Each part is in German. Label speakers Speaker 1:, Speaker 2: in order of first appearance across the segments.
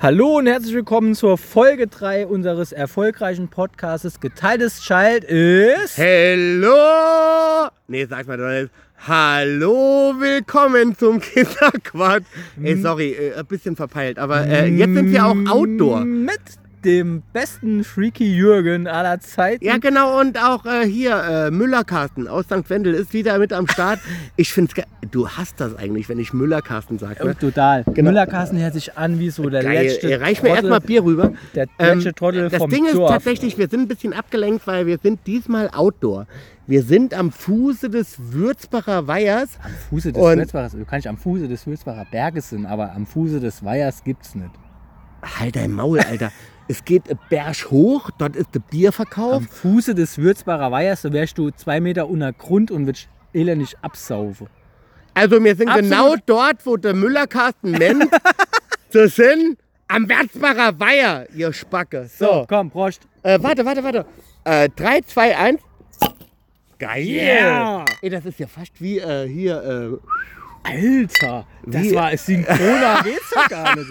Speaker 1: Hallo und herzlich willkommen zur Folge 3 unseres erfolgreichen Podcastes Geteiltes Child ist.
Speaker 2: Hello! Nee, sag mal Donald. Hallo, willkommen zum Kinderquad. Ey,
Speaker 1: Mm.
Speaker 2: sorry, äh, ein bisschen verpeilt, aber äh, jetzt sind wir auch Outdoor.
Speaker 1: Mit dem besten Freaky Jürgen aller Zeiten.
Speaker 2: Ja, genau, und auch äh, hier, äh, Müllerkarsten aus St. Wendel ist wieder mit am Start. Ich find's geil. Du hast das eigentlich, wenn ich Müllerkarsten sage. Ne?
Speaker 1: Und total. Müllerkasten hört sich an wie so der
Speaker 2: Geil,
Speaker 1: letzte
Speaker 2: ey, reich mir
Speaker 1: Trottel-
Speaker 2: erstmal Bier rüber. Ähm,
Speaker 1: Der letzte Trottel
Speaker 2: das
Speaker 1: vom
Speaker 2: Ding ist
Speaker 1: Dorf.
Speaker 2: tatsächlich, wir sind ein bisschen abgelenkt, weil wir sind diesmal Outdoor. Wir sind am Fuße des Würzbacher Weihers.
Speaker 1: Am Fuße des
Speaker 2: Und-
Speaker 1: Würzbachers, du kannst am Fuße des Würzbacher Berges sind, aber am Fuße des Weihers gibt's nicht.
Speaker 2: Halt dein Maul, Alter. es geht ein Berg hoch, dort ist der Bierverkauf.
Speaker 1: Am Fuße des Würzbacher Weihers, da wärst du zwei Meter unter Grund und würdest elendig absaufen.
Speaker 2: Also wir sind
Speaker 1: Absolut.
Speaker 2: genau dort, wo der Müllerkasten nennt. das sind am Wertzbacher Weiher, ihr Spacke. So,
Speaker 1: Komm, Prost.
Speaker 2: äh, warte, warte, warte. Äh, 3, 2, 1. Geil.
Speaker 1: Yeah.
Speaker 2: Ey, das ist ja fast wie äh, hier.
Speaker 1: Alter, das
Speaker 2: Wie-
Speaker 1: war synchroner geht's doch gar nicht.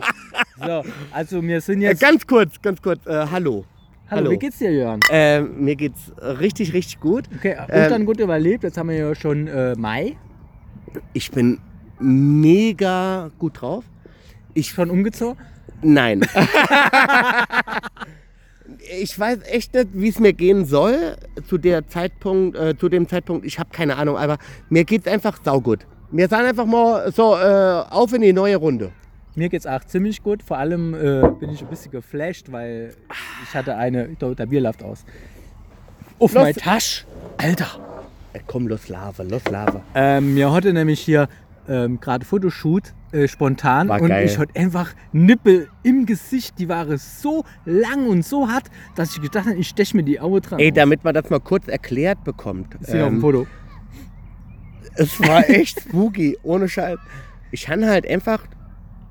Speaker 1: So, also wir sind
Speaker 2: Äh, äh,
Speaker 1: jetzt.
Speaker 2: ganz kurz, ganz kurz. Äh, hallo.
Speaker 1: hallo,
Speaker 2: hallo.
Speaker 1: wie geht's dir, Jörn?
Speaker 2: Äh, mir geht's richtig, richtig gut.
Speaker 1: Okay,
Speaker 2: Ähm,
Speaker 1: Ostern gut überlebt, jetzt haben wir ja schon äh, Mai.
Speaker 2: Ich bin mega gut drauf.
Speaker 1: Ich schon umgezogen.
Speaker 2: Nein. ich weiß echt nicht, wie es mir gehen soll zu, der Zeitpunkt, äh, zu dem Zeitpunkt. Ich habe keine Ahnung, aber mir geht es einfach saugut. Wir sagen einfach mal so, äh, auf in die neue Runde.
Speaker 1: Mir geht's auch ziemlich gut. Vor allem äh, bin ich ein bisschen geflasht, weil ich hatte eine. Da, da Bier läuft aus. Auf
Speaker 2: Los.
Speaker 1: meine Tasche. Alter.
Speaker 2: Äh, komm, los Lava, los Lava.
Speaker 1: Ähm, mir heute nämlich hier ähm, gerade Fotoshoot äh, spontan
Speaker 2: War
Speaker 1: und
Speaker 2: geil.
Speaker 1: ich hatte einfach Nippel im Gesicht. Die waren so lang und so hart, dass ich gedacht habe, ich steche mir die Augen dran.
Speaker 2: Ey,
Speaker 1: aus.
Speaker 2: damit man das mal kurz erklärt bekommt.
Speaker 1: Ist hier auf dem
Speaker 2: Ähm,
Speaker 1: Foto.
Speaker 2: Es war echt spooky, ohne Scheiß. Ich habe halt einfach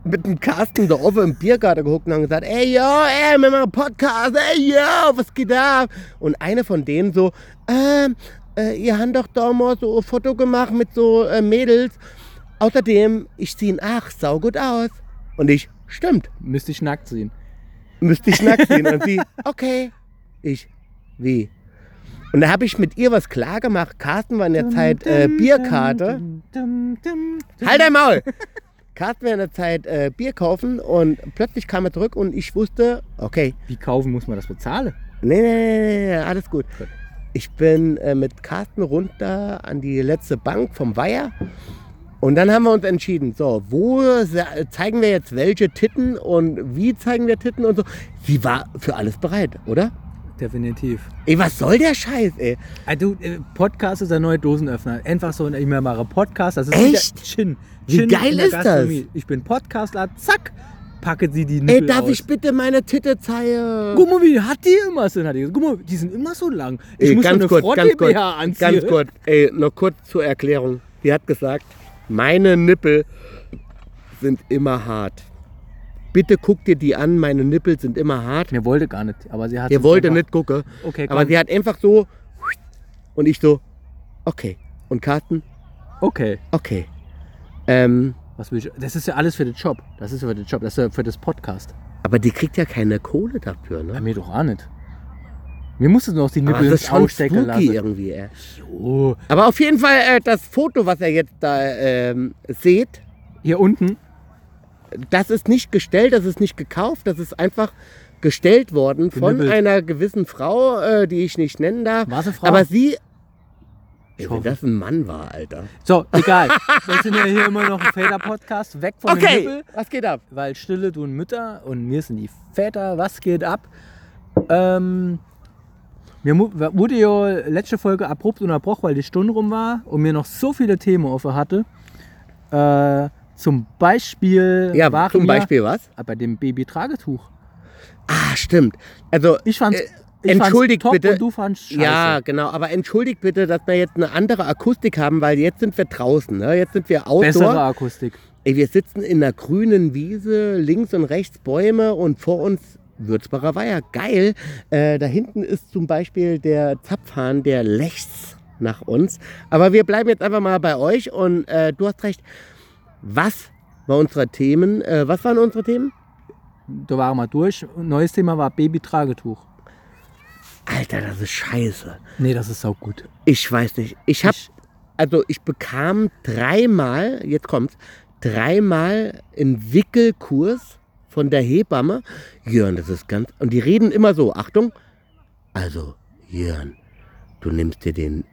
Speaker 2: mit dem Carsten da oben im Biergarten geguckt und haben gesagt, ey, yo, ey, wir machen Podcast, ey, yo, was geht ab? Und eine von denen so, ähm, äh, ihr habt doch da mal so ein Foto gemacht mit so äh, Mädels. Außerdem, ich zieh ihn, ach, saugut aus. Und ich, stimmt,
Speaker 1: Müsste ich nackt sehen.
Speaker 2: müsste ich nackt sehen. Und sie, okay. Ich, wie? Und da habe ich mit ihr was klar gemacht. Carsten war in der Zeit äh, Bierkarte. Halt dein Maul! Karten wir in der Zeit äh, Bier kaufen und plötzlich kam er zurück und ich wusste, okay,
Speaker 1: Wie kaufen muss man das bezahlen?
Speaker 2: nee, nee, nee, nee, nee alles gut.
Speaker 1: Gut.
Speaker 2: Ich bin äh, mit Karten runter an die letzte Bank vom Weiher und dann haben wir uns entschieden, so, wo se- zeigen wir jetzt welche Titten und wie zeigen wir Titten und so. Sie war für alles bereit, oder?
Speaker 1: Definitiv.
Speaker 2: Ey, was soll der Scheiß, ey?
Speaker 1: Also, äh, Podcast ist der neue Dosenöffner. Einfach so ein immer mache Podcast. Das ist
Speaker 2: Echt?
Speaker 1: wieder Chin.
Speaker 2: Wie
Speaker 1: Chin
Speaker 2: geil
Speaker 1: in der
Speaker 2: ist das?
Speaker 1: Gastronomie. Ich bin Podcastler. Zack, packe sie die Nippel
Speaker 2: Ey, darf
Speaker 1: aus.
Speaker 2: ich bitte meine Titte zeigen?
Speaker 1: Guck mal, wie hat die immer sind. Hat die, gesagt. guck mal, die sind immer so lang. Ich
Speaker 2: Ey,
Speaker 1: muss mir eine Frotte
Speaker 2: kurz,
Speaker 1: BH anziehen. ne?
Speaker 2: ganz kurz. Ey, noch kurz zur Erklärung. Sie hat gesagt, meine Nippel sind immer hart. Bitte guck dir die an, meine Nippel sind immer hart.
Speaker 1: Mir wollte gar nicht, aber sie hat.
Speaker 2: Ihr
Speaker 1: es
Speaker 2: wollte
Speaker 1: einfach-
Speaker 2: nicht gucken.
Speaker 1: Okay, komm.
Speaker 2: aber sie hat einfach so und ich so, okay. Und Karten,
Speaker 1: Okay.
Speaker 2: okay. Ähm,
Speaker 1: Was will ich? Das ist ja alles für den Job. Das ist ja für den Job. Das ist ja für das Podcast.
Speaker 2: aber die kriegt ja keine Kohle dafür,
Speaker 1: Bei
Speaker 2: ne?
Speaker 1: mir doch auch nicht. Mir musst du noch die
Speaker 2: Aber
Speaker 1: Nippel
Speaker 2: das ist
Speaker 1: ins
Speaker 2: schon
Speaker 1: Ausstecken
Speaker 2: spooky
Speaker 1: lassen.
Speaker 2: irgendwie. Ey.
Speaker 1: Oh,
Speaker 2: Aber auf jeden Fall äh, das Foto, was ihr jetzt da ähm, seht,
Speaker 1: hier unten.
Speaker 2: das ist nicht gestellt, das ist nicht gekauft, das ist einfach gestellt worden von
Speaker 1: Genibbelt.
Speaker 2: einer gewissen Frau, äh, die ich nicht nennen darf.
Speaker 1: War sie Frau?
Speaker 2: Aber sie.
Speaker 1: Ich
Speaker 2: Ey,
Speaker 1: hoffe.
Speaker 2: wenn das ein Mann war, Alter.
Speaker 1: So, egal. Wir sind ja hier immer noch ein Väter-Podcast. Weg von den Nippel.
Speaker 2: was geht ab?
Speaker 1: Weil Stille tun Mütter und wir sind die Väter. Was geht ab? Ähm, mir mu- wurde ja letzte Folge abrupt unterbrochen, weil die Stunde rum war und mir noch so viele Themen offen hatte. Äh, zum Beispiel
Speaker 2: Ja,
Speaker 1: waren
Speaker 2: zum
Speaker 1: wir-
Speaker 2: Beispiel was?
Speaker 1: Ah, bei dem Baby-Tragetuch.
Speaker 2: Ah, stimmt. Also,
Speaker 1: Ich fand's,
Speaker 2: Äh,
Speaker 1: ich
Speaker 2: entschuldigt
Speaker 1: fand's top
Speaker 2: bitte.
Speaker 1: und du fandst scheiße.
Speaker 2: ja, genau. Aber entschuldigt bitte, dass wir jetzt eine andere Akustik haben, weil jetzt sind wir draußen. Ne? Jetzt sind wir outdoor.
Speaker 1: Bessere Akustik.
Speaker 2: Ey, wir sitzen in einer grünen Wiese, links und rechts Bäume und vor uns Würzbacher Weiher. Geil. Äh, da hinten ist zum Beispiel der Zapfhahn, der lechzt nach uns. Aber wir bleiben jetzt einfach mal bei euch und äh, du hast recht. Was war unsere Themen? Äh, was waren unsere Themen?
Speaker 1: Da waren wir durch. Neues Thema war Babytragetuch.
Speaker 2: Alter, das ist scheiße.
Speaker 1: Nee, das ist auch gut.
Speaker 2: Ich weiß nicht. Ich habe,
Speaker 1: Ich-
Speaker 2: also ich bekam dreimal, jetzt kommt's, dreimal einen Wickelkurs von der Hebamme. Jörn, das ist ganz, und die reden immer so, Achtung. Also, Jörn, du nimmst dir den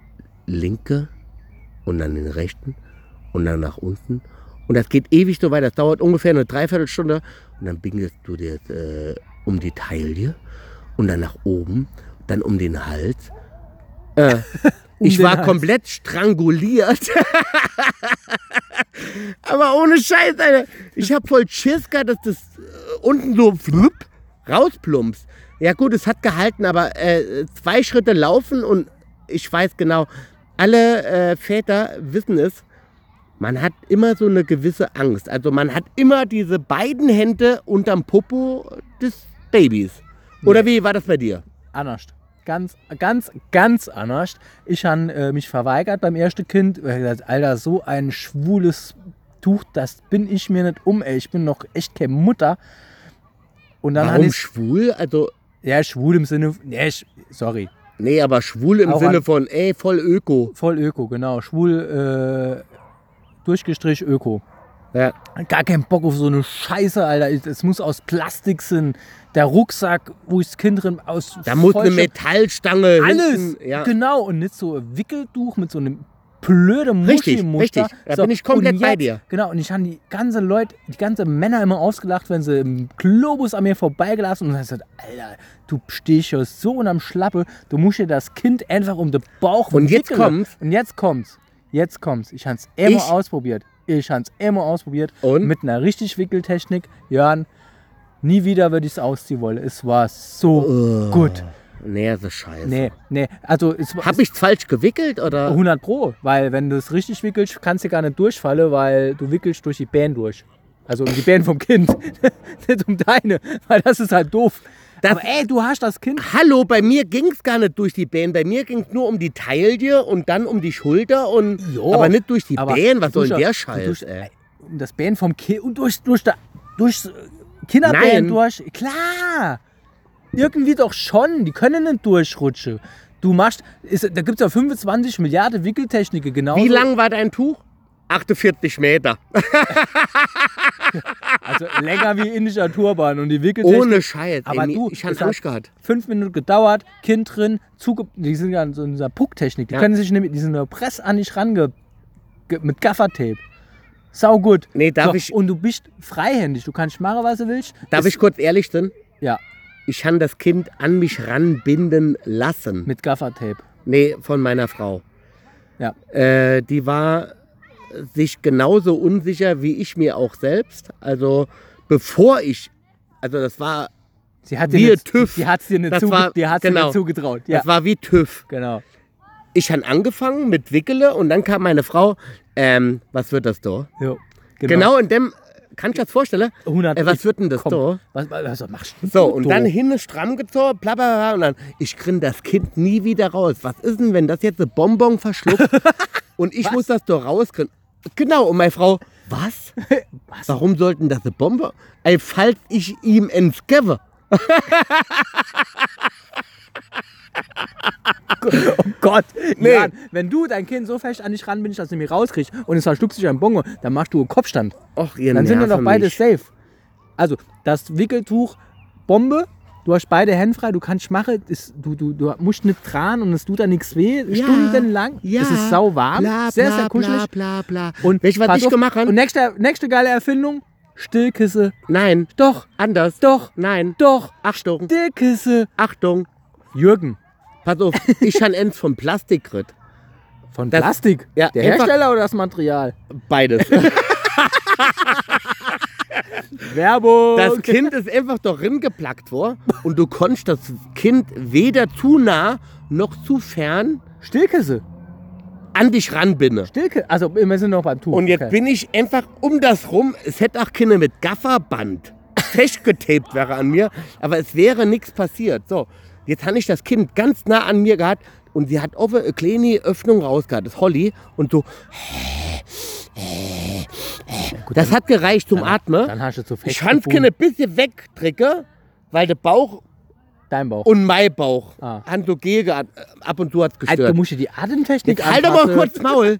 Speaker 2: linke und dann den rechten und dann nach unten. Und das geht ewig so weiter. Das dauert ungefähr eine Dreiviertelstunde. Und dann bingelst du dir äh, um die Taille und dann nach oben, dann um den Hals. Äh,
Speaker 1: Um
Speaker 2: ich
Speaker 1: den
Speaker 2: war
Speaker 1: Hals.
Speaker 2: komplett stranguliert. Aber ohne Scheiß, Alter. Ich hab voll Schiss gehabt, dass das äh, unten so flupp rausplumpst. Ja gut, es hat gehalten, aber äh, zwei Schritte laufen und ich weiß genau, alle äh, Väter wissen es, man hat immer so eine gewisse Angst. Also man hat immer diese beiden Hände unterm Popo des Babys. Oder wie war das bei dir?
Speaker 1: Anders. Ganz, ganz, ganz anders. Ich habe äh, mich verweigert beim ersten Kind. Ich hab gesagt, Alter, so ein schwules Tuch, das bin ich mir nicht um, ey. Ich bin noch echt keine Mutter. Und dann habe
Speaker 2: Warum
Speaker 1: ich.
Speaker 2: schwul? Also,
Speaker 1: Ja, schwul im Sinne. Nee, sch- sorry.
Speaker 2: nee, aber schwul im
Speaker 1: Auch
Speaker 2: Sinne
Speaker 1: an-
Speaker 2: von, ey, voll Öko.
Speaker 1: Voll Öko, genau. Schwul, äh, durchgestrich Öko.
Speaker 2: Ja.
Speaker 1: Gar keinen Bock auf so eine Scheiße, Alter. Ich- Es muss aus Plastik sein. Der Rucksack, wo ich das Kind drin aus.
Speaker 2: Da muss eine
Speaker 1: Vollstoff-
Speaker 2: Metallstange
Speaker 1: Alles.
Speaker 2: Äh, hinten. Ja.
Speaker 1: Genau. Und nicht so ein Wickeltuch mit so einem blöden
Speaker 2: Richtig,
Speaker 1: Muschi-Muster.
Speaker 2: richtig. Da
Speaker 1: so,
Speaker 2: bin ich komplett
Speaker 1: und
Speaker 2: bei
Speaker 1: jetzt,
Speaker 2: dir.
Speaker 1: Genau. Und ich habe die ganze Leute, die ganze Männer immer ausgelacht, wenn sie im Globus an mir vorbeigelassen und dann gesagt, Alter, du stehst ja so unterm Schlappe, du musst dir das Kind einfach um den Bauch
Speaker 2: Und jetzt
Speaker 1: wickeln.
Speaker 2: kommt's.
Speaker 1: Und jetzt kommt's. Jetzt kommt's. Ich habe es immer
Speaker 2: Ich-
Speaker 1: ausprobiert. Ich habe es immer ausprobiert.
Speaker 2: Und?
Speaker 1: Mit einer richtig Wickeltechnik. Jörn, nie wieder würde ich es ausziehen wollen. Es war
Speaker 2: Oh.
Speaker 1: so gut.
Speaker 2: Nee, das ist scheiße.
Speaker 1: Nee, nee. Also es war
Speaker 2: Hab ich's falsch gewickelt oder?
Speaker 1: 100 Pro, weil wenn du es richtig wickelst, kannst du gar nicht durchfallen, weil du wickelst durch die Bären durch. Also um die Bären vom Kind, nicht um deine, weil das ist halt doof.
Speaker 2: Das-
Speaker 1: Aber ey, du hast das Kind.
Speaker 2: Hallo, bei mir ging's gar nicht durch die Bähen. Bei mir ging's nur um die Taille und dann um die Schulter und
Speaker 1: Jo,
Speaker 2: aber nicht durch die
Speaker 1: aber
Speaker 2: Bähen. Was
Speaker 1: du
Speaker 2: soll denn
Speaker 1: durch-
Speaker 2: der
Speaker 1: du
Speaker 2: Scheiß?
Speaker 1: durch-
Speaker 2: Ey?
Speaker 1: Um das Bären vom Kind und durch, durch, da, durch Kinderbären
Speaker 2: Nein.
Speaker 1: durch. Klar! Irgendwie doch schon, die können nicht durchrutschen. Du machst, ist, da gibt es ja 25 Milliarden Wickeltechniken, genau.
Speaker 2: Wie lang war dein Tuch? 48 Meter.
Speaker 1: Also länger wie indischer Turban und die Wickeltechnik.
Speaker 2: Ohne Scheiß.
Speaker 1: Aber
Speaker 2: ey,
Speaker 1: du,
Speaker 2: ich hab
Speaker 1: es hat-
Speaker 2: Angst gehabt.
Speaker 1: fünf Minuten gedauert, Kind drin, zuge die sind ja in so einer Pucktechnik, die
Speaker 2: Ja.
Speaker 1: können sich nämlich, die sind nur press an dich range ge- mit Gaffertape. Sau gut.
Speaker 2: Nee, darf
Speaker 1: so,
Speaker 2: ich-
Speaker 1: Und du bist freihändig, du kannst machen, was du willst.
Speaker 2: Darf ich kurz ehrlich sein?
Speaker 1: Ja,
Speaker 2: Ich habe das Kind an mich ranbinden lassen.
Speaker 1: mit Gaffertape.
Speaker 2: Nee, von meiner Frau.
Speaker 1: Ja.
Speaker 2: Äh, die war sich genauso unsicher wie ich mir auch selbst. Also bevor ich, also das war,
Speaker 1: Sie hat
Speaker 2: Wir
Speaker 1: dir nicht-
Speaker 2: TÜV.
Speaker 1: Die hat's dir nicht,
Speaker 2: Das
Speaker 1: zuge
Speaker 2: war-
Speaker 1: die hat's dir
Speaker 2: genau.
Speaker 1: nicht zugetraut. Ja,
Speaker 2: das war wie TÜV.
Speaker 1: genau.
Speaker 2: ich habe angefangen mit Wickele und dann kam meine Frau, ähm, was wird das da?
Speaker 1: Jo,
Speaker 2: Genau, in dem, kann ich das vorstellen?
Speaker 1: 100
Speaker 2: Äh, was wird denn das
Speaker 1: Komm,
Speaker 2: da?
Speaker 1: Was, was, was machst du?
Speaker 2: So, und
Speaker 1: da?
Speaker 2: dann hinne stramm gezogen, bla bla bla, und dann, ich kriege das Kind nie wieder raus. Was ist denn, wenn das jetzt eine Bonbon verschluckt und ich muss das da rauskriegen? Genau, und meine Frau, was?
Speaker 1: Was?
Speaker 2: Warum sollten das eine Bonbon? Ey, falls ich ihm ins Gebe.
Speaker 1: Oh Gott,
Speaker 2: Nee.
Speaker 1: Jan, wenn du dein Kind so fest an dich ran dass du mich rauskriegst und es verschluckt sich am Bongo, dann machst du einen Kopfstand.
Speaker 2: Och, ihr
Speaker 1: Dann sind wir
Speaker 2: nerven
Speaker 1: doch beide
Speaker 2: mich.
Speaker 1: safe. Also, das Wickeltuch, Bombe, du hast beide Hände frei, du kannst machen, ist, du, du, du musst nicht dran und es tut da nichts weh,
Speaker 2: Ja,
Speaker 1: stundenlang.
Speaker 2: Ja.
Speaker 1: Es ist sau warm,
Speaker 2: Bla,
Speaker 1: sehr,
Speaker 2: bla,
Speaker 1: sehr kuschelig.
Speaker 2: Bla, bla, bla.
Speaker 1: Und
Speaker 2: weißt du, was
Speaker 1: pass
Speaker 2: ich
Speaker 1: auf,
Speaker 2: gemacht
Speaker 1: Und
Speaker 2: habe?
Speaker 1: nächste, nächste geile Erfindung, Stillkisse.
Speaker 2: Nein,
Speaker 1: Doch,
Speaker 2: anders.
Speaker 1: doch,
Speaker 2: Nein.
Speaker 1: doch,
Speaker 2: Achtung,
Speaker 1: Stillkisse.
Speaker 2: Achtung.
Speaker 1: Jürgen,
Speaker 2: Pass auf, ich han eins vom Plastikrit.
Speaker 1: von
Speaker 2: Das-
Speaker 1: Plastik.
Speaker 2: Ja,
Speaker 1: der
Speaker 2: einfach-
Speaker 1: Hersteller oder das Material?
Speaker 2: Beides.
Speaker 1: Werbung.
Speaker 2: Das Kind ist einfach doch ringeplackt worden und du konntest das Kind weder zu nah noch zu fern
Speaker 1: Stillkisse.
Speaker 2: an dich ranbinden.
Speaker 1: Stillkisse. Also, wir sind noch beim Tuch.
Speaker 2: Und jetzt
Speaker 1: okay.
Speaker 2: bin ich einfach um das rum. Es hätte auch Kinder mit Gafferband festgetaped wäre an mir, aber es wäre nichts passiert. So, jetzt habe ich das Kind ganz nah an mir gehabt und sie hat offen eine kleine Öffnung rausgehabt, das Holly, und so
Speaker 1: Gut,
Speaker 2: Das
Speaker 1: dann,
Speaker 2: hat gereicht zum Atmen.
Speaker 1: dann hast du zu fest.
Speaker 2: Ich Handkin
Speaker 1: gebunden.
Speaker 2: ein bisschen wegdrücke, weil der Bauch
Speaker 1: Dein Bauch.
Speaker 2: und mein Bauch
Speaker 1: Ah.
Speaker 2: haben so gegen, äh, ab und zu hat
Speaker 1: Alter, du
Speaker 2: gestört.
Speaker 1: musst dir die Atemtechnik
Speaker 2: Jetzt halt doch mal
Speaker 1: anpassen.
Speaker 2: kurz Maul.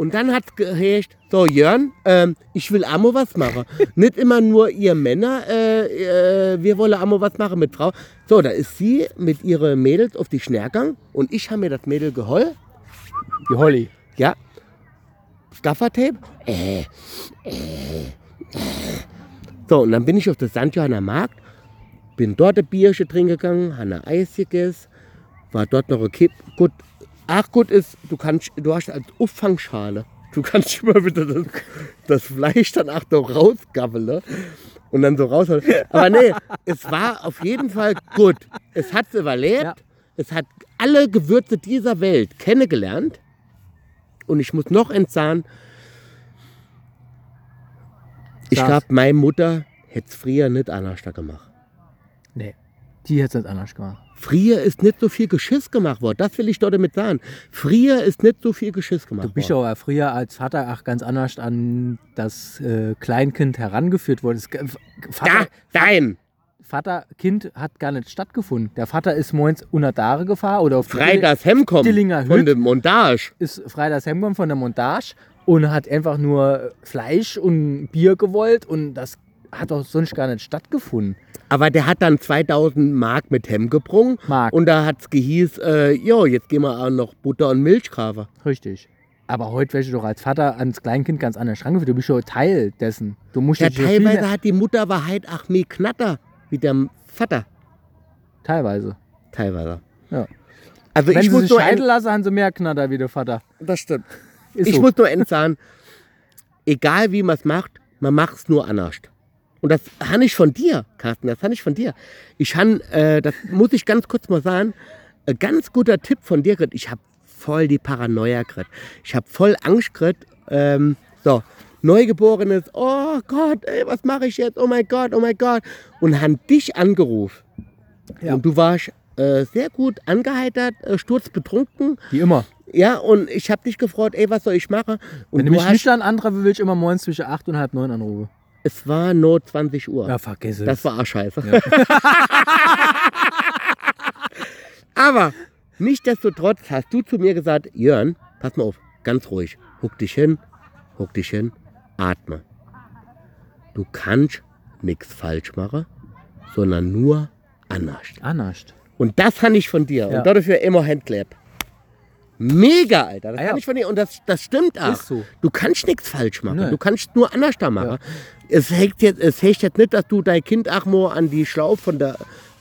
Speaker 2: Und dann hat's gehecht, so Jörn, ähm, ich will Amo was machen. Nicht immer nur ihr Männer, äh, äh, wir wollen Amo was machen mit Frau. So, da ist sie mit ihren Mädels auf die Schnärgang und ich habe mir das Mädel geholt.
Speaker 1: Die Holly.
Speaker 2: Ja. Gaffertape. Äh, äh, äh. So, und dann bin ich auf das St. Johanna Markt, bin dort ein Bierchen trinken gegangen, habe ein Eis gegessen, war dort noch ein Kipp. Gut, ach gut ist, du, kannst, du hast als Auffangschale. Du kannst immer wieder das, das Fleisch dann auch so rausgabbeln. Ne? Und dann so raus. Aber nee, es war auf jeden Fall gut. Es hat es überlebt.
Speaker 1: Ja.
Speaker 2: Es hat alle Gewürze dieser Welt kennengelernt und ich muss noch entsahen. Ich
Speaker 1: Saß.
Speaker 2: glaube, meine Mutter hätte es früher nicht anders da gemacht.
Speaker 1: Nee. Die hat es anders gemacht.
Speaker 2: Früher ist nicht so viel Geschiss gemacht worden. Das will ich dort damit sagen. Früher ist nicht so viel Geschiss gemacht
Speaker 1: Du bist
Speaker 2: worden.
Speaker 1: aber früher als Vater auch ganz anders an das äh, Kleinkind herangeführt worden. Es, g- F-
Speaker 2: Da,
Speaker 1: Vater,
Speaker 2: dein,
Speaker 1: Vater, Kind hat gar nicht stattgefunden. Der Vater ist moins unter gefahren oder auf die
Speaker 2: Freitags Hemkom
Speaker 1: Dillinger
Speaker 2: von
Speaker 1: Hüt.
Speaker 2: dem Montage.
Speaker 1: ist freitags heimgekommen von der Montage und hat einfach nur äh, Fleisch und Bier gewollt und das hat doch sonst gar nicht stattgefunden.
Speaker 2: Aber der hat dann 2000 Mark mit Hemm gebrungen.
Speaker 1: Mark.
Speaker 2: Und da hat es gehieß, äh, jo, jetzt gehen wir auch noch Butter und Milch kaufen.
Speaker 1: Richtig. Aber heute wärst du doch als Vater ans Kleinkind ganz an den Schrank geführt. Du bist schon Teil dessen. Du musst
Speaker 2: Ja,
Speaker 1: dich hier viel
Speaker 2: teilweise
Speaker 1: mehr-
Speaker 2: hat die Mutter war halt ach mehr knatter wie der Vater.
Speaker 1: Teilweise.
Speaker 2: Teilweise.
Speaker 1: Ja.
Speaker 2: Also
Speaker 1: Wenn
Speaker 2: ich
Speaker 1: sie
Speaker 2: muss
Speaker 1: sich
Speaker 2: nur
Speaker 1: scheiden lassen, haben sie mehr Knatter wie der Vater.
Speaker 2: en- das stimmt.
Speaker 1: Ist
Speaker 2: ich
Speaker 1: so.
Speaker 2: muss nur eins sagen, egal wie man es macht, man macht es nur anders. Und das habe ich von dir, Carsten, das habe ich von dir. Ich han, äh, das muss ich ganz kurz mal sagen, ein ganz guter Tipp von dir, gekriegt. ich habe voll die Paranoia gekriegt. Ich habe voll Angst gekriegt. Ähm, so, Neugeborenes, oh Gott, ey, was mache ich jetzt? Oh mein Gott, oh mein Gott. Und han dich angerufen.
Speaker 1: Ja.
Speaker 2: Und du warst äh, sehr gut angeheitert, äh, sturzbetrunken.
Speaker 1: Wie immer.
Speaker 2: Ja, und ich habe dich gefreut, ey, was soll ich machen? Und
Speaker 1: Wenn du
Speaker 2: du
Speaker 1: mich
Speaker 2: hast,
Speaker 1: nicht an andere will, will ich immer morgens zwischen 8 und halb 9 anrufe.
Speaker 2: es war nur 20 Uhr.
Speaker 1: Ja, vergiss es.
Speaker 2: das war auch scheiße. Aber nichtsdestotrotz hast du zu mir gesagt, Jörn, pass mal auf, ganz ruhig, huck dich hin, huck dich hin, atme. Du kannst nichts falsch machen, sondern nur anders.
Speaker 1: anders.
Speaker 2: Und das habe ich von dir.
Speaker 1: Ja.
Speaker 2: Und dafür immer Handclap. Mega, Alter. Das
Speaker 1: Ah, ja.
Speaker 2: hab ich von dir. Und das, das stimmt auch.
Speaker 1: Ist so.
Speaker 2: Du kannst nichts falsch machen.
Speaker 1: Nö.
Speaker 2: Du kannst nur anders da machen. Es hängt jetzt, es hängt jetzt nicht, dass du dein Kind Achmo an die Schlaufe von der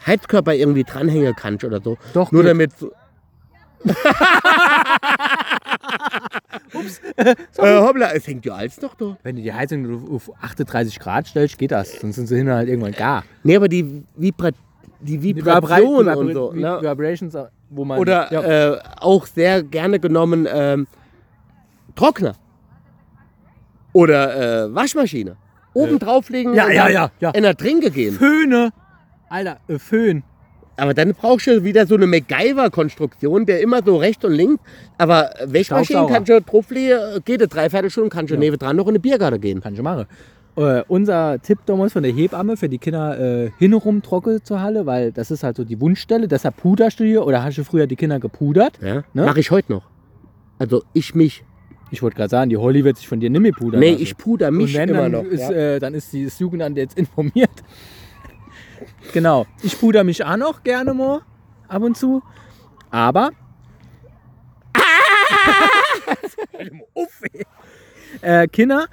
Speaker 2: Heizkörper irgendwie dranhängen kannst oder so.
Speaker 1: Doch,
Speaker 2: Nur
Speaker 1: geht.
Speaker 2: damit. Ups. äh, hoppla, es hängt ja alles noch da.
Speaker 1: Wenn du die Heizung auf auf 38 Grad stellst, geht das. Sonst sind sie hinterher halt irgendwann gar.
Speaker 2: Nee, aber die, Vibra die
Speaker 1: Die Vibra-
Speaker 2: Vibration
Speaker 1: Vibra-
Speaker 2: und so.
Speaker 1: Vi-
Speaker 2: ne?
Speaker 1: Vibrations, wo man.
Speaker 2: Oder
Speaker 1: ja,
Speaker 2: äh, auch sehr gerne genommen ähm, Trockner. Oder äh, Waschmaschine. Oben drauflegen
Speaker 1: ja,
Speaker 2: und
Speaker 1: ja,
Speaker 2: dann
Speaker 1: ja, ja.
Speaker 2: in der Trinke gehen.
Speaker 1: Föhne! Alter, äh, Föhn.
Speaker 2: Aber dann brauchst du wieder so eine MacGyver-Konstruktion, der immer so rechts und links. Aber Waschmaschine
Speaker 1: Staubsauger.
Speaker 2: kannst du drauflegen, äh, geht eine Dreiviertelstunde, kannst du neben dran noch in eine Biergarde gehen.
Speaker 1: Kann ich machen. Äh, unser Tipp damals von der Hebamme für die Kinder äh, hinrum trocken zur Halle, weil das ist halt so die Wunschstelle. Deshalb puderst du hier oder hast du früher die Kinder gepudert?
Speaker 2: Ja?
Speaker 1: Ne?
Speaker 2: Mache ich heute noch. Also ich mich.
Speaker 1: Ich wollte gerade sagen, die Holly wird sich von dir nicht mehr pudern.
Speaker 2: nee,
Speaker 1: lassen.
Speaker 2: ich puder mich
Speaker 1: Und wenn,
Speaker 2: immer
Speaker 1: dann
Speaker 2: noch.
Speaker 1: Ist,
Speaker 2: ja.
Speaker 1: äh, dann ist die das Jugendamt jetzt informiert. genau. Ich puder mich auch noch gerne mal ab und zu. Aber. äh, Kinder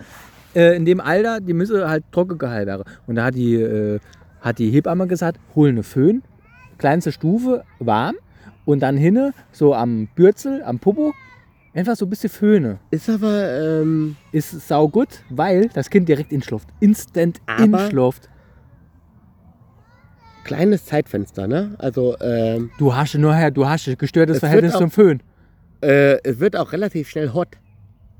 Speaker 1: äh, in dem Alter, die müssen halt trocken gehalten werden. Und da hat die, äh, hat die Hebamme gesagt: hol eine Föhn, kleinste Stufe, warm. Und dann hinne, so am Bürzel, am Popo, einfach so ein bisschen Föhne
Speaker 2: ist aber. Ähm,
Speaker 1: ist saugut, weil das Kind direkt inschläft. Instant
Speaker 2: Aber-
Speaker 1: inschläft.
Speaker 2: kleines Zeitfenster, ne? Also ähm,
Speaker 1: Du hast nur her, du hast ein gestörtes
Speaker 2: Es wird
Speaker 1: Verhältnis
Speaker 2: auch-
Speaker 1: zum Föhn.
Speaker 2: äh, es wird auch relativ schnell hot.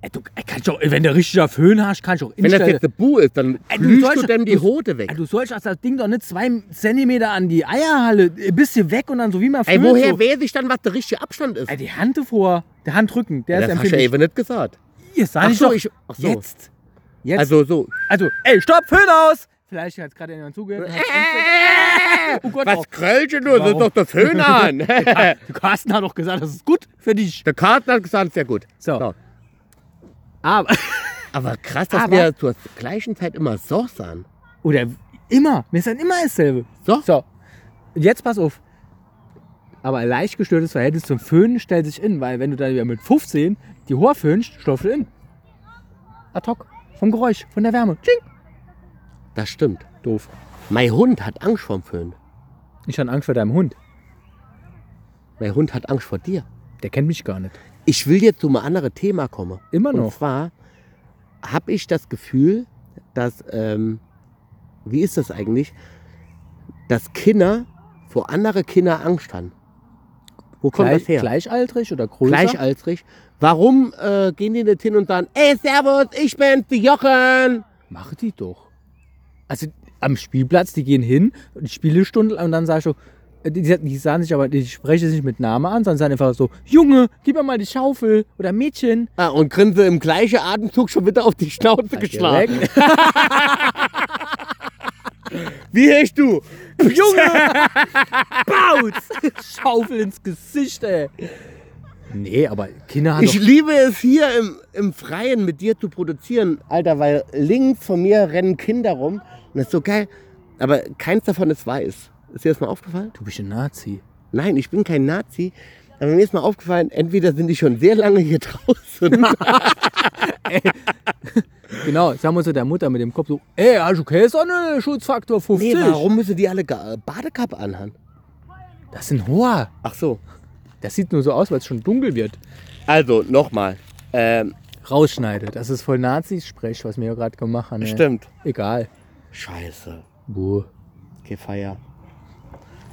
Speaker 1: Ey, du ey, kannst doch, wenn du richtiger Föhn hast, kannst du auch
Speaker 2: Wenn das
Speaker 1: instellen.
Speaker 2: jetzt eine Bu ist, dann
Speaker 1: Ey, Äh, du
Speaker 2: plüschst du
Speaker 1: sollst-
Speaker 2: dem die
Speaker 1: du-
Speaker 2: Hote
Speaker 1: Ey,
Speaker 2: weg.
Speaker 1: du sollst das Ding doch nicht zwei Zentimeter an die Eierhalle, ein bisschen weg und dann so wie man
Speaker 2: Ey,
Speaker 1: Föhn
Speaker 2: woher
Speaker 1: so,
Speaker 2: weiß ich dann, was der richtige Abstand ist?
Speaker 1: Ey, die Hand vor, der Handrücken, der
Speaker 2: Ja,
Speaker 1: ist
Speaker 2: das hast du
Speaker 1: empfindlich.
Speaker 2: eben nicht gesagt.
Speaker 1: Jetzt sag
Speaker 2: Ach
Speaker 1: ich
Speaker 2: so,
Speaker 1: doch.
Speaker 2: ich- ach so.
Speaker 1: Jetzt. Jetzt. Also,
Speaker 2: Also so.
Speaker 1: ey, stopp, Föhn aus! Vielleicht hat gerade jemand zugehört. Oh Gott, oh.
Speaker 2: Was kröllst du nur? Das
Speaker 1: Warum?
Speaker 2: ist doch der Föhn an. der
Speaker 1: Der Carsten hat doch gesagt, das ist gut für dich.
Speaker 2: Carsten hat gesagt, sehr gut.
Speaker 1: So.
Speaker 2: So. Ah,
Speaker 1: Aber.
Speaker 2: Aber krass, dass
Speaker 1: Aber-
Speaker 2: wir zur gleichen Zeit immer so sahen.
Speaker 1: Oder immer. Mir ist dann immer dasselbe.
Speaker 2: So.
Speaker 1: So. Und jetzt pass auf. Aber ein leicht gestörtes Verhältnis zum Föhnen stellt sich in, weil wenn du dann wieder mit 15 die Haare föhnst, stoffst du in. Ad hoc. Vom Geräusch, von der Wärme. Tsching.
Speaker 2: Das stimmt.
Speaker 1: Doof.
Speaker 2: Mein Hund hat Angst vorm Föhn.
Speaker 1: Ich habe Angst vor deinem Hund.
Speaker 2: Mein Hund hat Angst vor dir.
Speaker 1: Der kennt mich gar nicht.
Speaker 2: Ich will jetzt zu einem anderen Thema kommen.
Speaker 1: Immer
Speaker 2: Und
Speaker 1: noch.
Speaker 2: zwar habe ich das Gefühl, dass, ähm, wie ist das eigentlich, dass Kinder vor andere Kinder Angst haben. Wo kommt
Speaker 1: Gleich,
Speaker 2: das her?
Speaker 1: gleichaltrig oder größer?
Speaker 2: Gleichaltrig. Warum äh, gehen die nicht hin und sagen, ey, servus, ich bin's, die Jochen.
Speaker 1: Mach die doch. Also am Spielplatz, die gehen hin, die Spielestunde und dann sag ich so, äh, die, die, die sagen sich aber, die sprechen sich nicht mit Namen an, sondern sagen einfach so, Junge, gib mir mal die Schaufel oder Mädchen.
Speaker 2: Ah, und grinse im gleichen Atemzug schon wieder auf die Schnauze
Speaker 1: Halt
Speaker 2: geschlagen.
Speaker 1: Weg.
Speaker 2: Wie hörst du?
Speaker 1: Junge! Bautz! Schaufel ins Gesicht, ey. Nee, aber Kinder haben
Speaker 2: Ich
Speaker 1: doch...
Speaker 2: liebe es hier im, im Freien mit dir zu produzieren, Alter, weil links von mir rennen Kinder rum und das ist so geil. Aber keins davon ist weiß. Ist dir das mal aufgefallen?
Speaker 1: Du bist ein Nazi.
Speaker 2: Nein, ich bin kein Nazi. Aber mir ist mal aufgefallen, entweder sind die schon sehr lange hier draußen.
Speaker 1: Genau, sagen wir zu der Mutter mit dem Kopf so, ey, also hast du Käsonne, Schutzfaktor 50?
Speaker 2: nee, warum müssen die alle Ga- Badekappe anhaben?
Speaker 1: Das ist ein Hoa.
Speaker 2: Ach so.
Speaker 1: Das sieht nur so aus, weil es schon dunkel wird.
Speaker 2: Also, nochmal. Ähm,
Speaker 1: Rausschneide. Das ist voll Nazis-Sprech, was wir hier gerade gemacht haben. ey.
Speaker 2: Stimmt.
Speaker 1: Egal.
Speaker 2: Äh. Scheiße.
Speaker 1: Buh.
Speaker 2: Gefeier.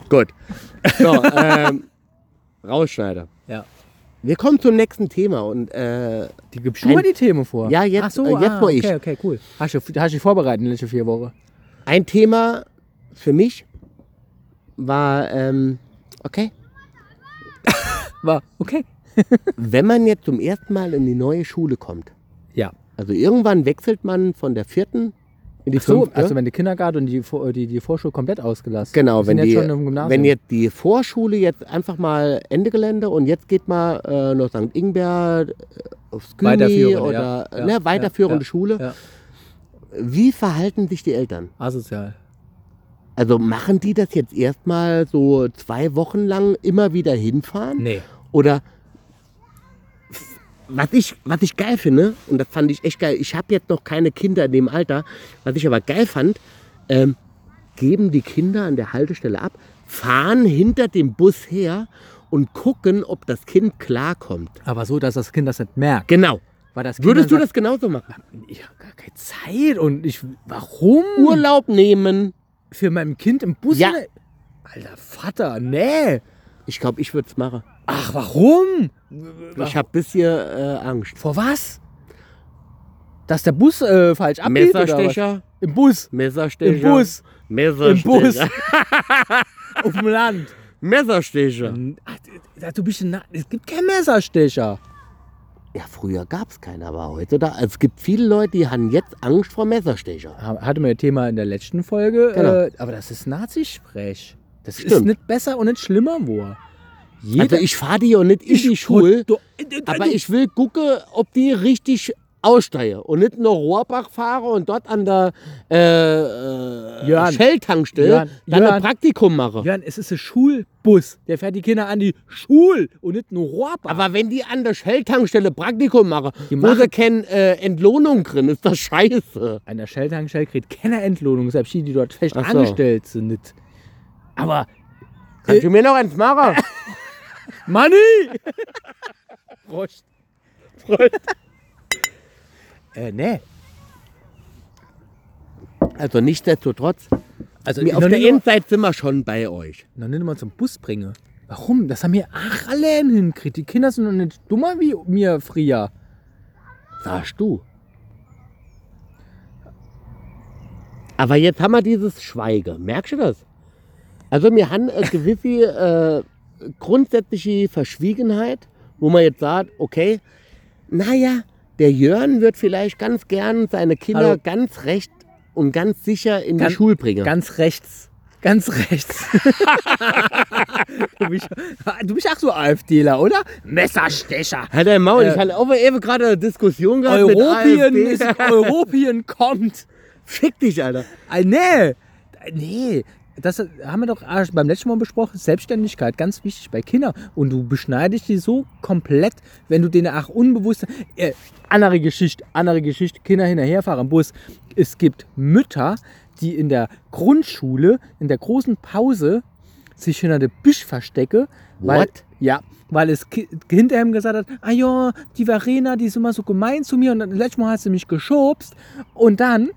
Speaker 2: Gut. So, ähm, Rausschneider.
Speaker 1: Ja.
Speaker 2: Wir kommen zum nächsten Thema und äh,
Speaker 1: Die gibt schon mal die Themen vor.
Speaker 2: Ja, jetzt-
Speaker 1: Ach so,
Speaker 2: äh, jetzt
Speaker 1: ah,
Speaker 2: mach ich.
Speaker 1: Okay, okay, cool. Hast du, hast du dich vorbereitet in den letzten vier Wochen?
Speaker 2: ein Thema für mich war, ähm, okay,
Speaker 1: War okay.
Speaker 2: wenn man jetzt zum ersten Mal in die neue Schule kommt,
Speaker 1: Ja.
Speaker 2: also irgendwann wechselt man von der vierten in die
Speaker 1: Ach so,
Speaker 2: fünfte.
Speaker 1: also wenn der Kindergarten und die, Vor- die, die Vorschule komplett ausgelassen.
Speaker 2: genau,
Speaker 1: Wir sind
Speaker 2: wenn
Speaker 1: jetzt
Speaker 2: die,
Speaker 1: schon im Gymnasium.
Speaker 2: wenn jetzt die Vorschule jetzt einfach mal Ende Gelände und jetzt geht mal äh, nach St. Ingbert, äh, aufs Gümi
Speaker 1: Weiterführende,
Speaker 2: oder
Speaker 1: ja. Ja,
Speaker 2: ne,
Speaker 1: ja,
Speaker 2: weiterführende
Speaker 1: ja,
Speaker 2: Schule.
Speaker 1: ja.
Speaker 2: Wie verhalten sich die Eltern?
Speaker 1: Asozial.
Speaker 2: Also machen die das jetzt erstmal so zwei Wochen lang immer wieder hinfahren?
Speaker 1: Nee.
Speaker 2: Oder was ich, was ich geil finde, und das fand ich echt geil, ich habe jetzt noch keine Kinder in dem Alter, was ich aber geil fand, ähm, geben die Kinder an der Haltestelle ab, fahren hinter dem Bus her und gucken, ob das Kind klarkommt.
Speaker 1: Aber so, dass das Kind das nicht merkt.
Speaker 2: Genau.
Speaker 1: Weil das kind
Speaker 2: Würdest du
Speaker 1: dann
Speaker 2: das genauso machen?
Speaker 1: sagt, Ich hab gar keine Zeit und ich. Warum?
Speaker 2: Urlaub nehmen.
Speaker 1: Für mein Kind im Bus?
Speaker 2: Ja.
Speaker 1: ne- Alter Vater, nee.
Speaker 2: Ich glaube, ich würde es machen.
Speaker 1: Ach, warum?
Speaker 2: Ich habe bisher äh, Angst.
Speaker 1: Vor was? Dass der Bus äh, falsch abbiegt oder was?
Speaker 2: Messerstecher?
Speaker 1: Im Bus. Im
Speaker 2: Messerstecher?
Speaker 1: Bus. Im
Speaker 2: Messerstecher.
Speaker 1: Bus. Auf dem Land.
Speaker 2: Messerstecher.
Speaker 1: Ach, du bist ein Na Es gibt keinen Messerstecher.
Speaker 2: Ja, früher gab es keinen, aber heute da. Es gibt viele Leute, die haben jetzt Angst vor Messerstecher.
Speaker 1: Hatte mir Thema in der letzten Folge.
Speaker 2: Genau.
Speaker 1: Äh, aber das ist Nazisprech. Das ist
Speaker 2: Stimmt.
Speaker 1: nicht besser und nicht schlimmer, wo.
Speaker 2: also ich fahre die ja nicht in die Schule,
Speaker 1: Du-
Speaker 2: aber ich will gucken, ob die richtig aussteigen und nicht nur Rohrbach fahre und dort an der äh, äh,
Speaker 1: Jörn.
Speaker 2: Shell-Tankstelle
Speaker 1: Jörn.
Speaker 2: dann
Speaker 1: Jörn.
Speaker 2: ein Praktikum mache.
Speaker 1: Jörn, es ist ein Schulbus. Der fährt die Kinder an die Schule und nicht nur Rohrbach.
Speaker 2: Aber wenn die an der Shell-Tankstelle Praktikum machen,
Speaker 1: Die
Speaker 2: wo sie
Speaker 1: machen-
Speaker 2: keine äh, Entlohnung drin, ist das scheiße.
Speaker 1: an der Shell-Tankstelle kriegt keine Entlohnung, selbst die, die dort fest
Speaker 2: Ach so.
Speaker 1: angestellt sind. Nicht. Aber, Äh.
Speaker 2: Kannst du mir noch eins machen?
Speaker 1: Manni! Prost. Äh, nee.
Speaker 2: also nichtsdestotrotz,
Speaker 1: Also,
Speaker 2: mir
Speaker 1: noch
Speaker 2: auf der
Speaker 1: nicht mal-
Speaker 2: Endzeit sind wir schon bei euch.
Speaker 1: noch nicht mal zum Bus bringe. Warum? Das haben wir ach alle hinkriegt. Die Kinder sind noch nicht dummer wie mir, Fria.
Speaker 2: Sagst du. Aber jetzt haben wir dieses Schweige. Merkst du das? Also wir haben eine gewisse äh, grundsätzliche Verschwiegenheit, wo man jetzt sagt, okay, naja, der Jörn wird vielleicht ganz gern seine Kinder
Speaker 1: Hallo.
Speaker 2: ganz recht und ganz sicher in
Speaker 1: Ganz-
Speaker 2: die Schule bringen.
Speaker 1: Ganz rechts. Ganz rechts. du, bist, du bist auch so AfDler, oder? Messerstecher.
Speaker 2: Hat er im Halt Maul.
Speaker 1: Äh,
Speaker 2: ich hatte auch mal eben gerade eine Diskussion gehabt
Speaker 1: Europien,
Speaker 2: mit
Speaker 1: ist,
Speaker 2: AfD.
Speaker 1: Europien kommt.
Speaker 2: Fick dich, Alter.
Speaker 1: Ah, nee. Nee. Das haben wir doch erst beim letzten Mal besprochen. Selbstständigkeit, ganz wichtig bei Kindern. Und du beschneidest die so komplett, wenn du denen auch unbewusst... Äh, andere Geschichte, andere Geschichte. Kinder hinterherfahren im Bus. Es gibt Mütter, die in der Grundschule, in der großen Pause, sich hinter der Büsch verstecke. Weil,
Speaker 2: What?
Speaker 1: ja, weil es Ki- hinter ihm gesagt hat, ah ja, die Verena, die ist immer so gemein zu mir und dann- letztes Mal hat sie mich geschubst. Und dann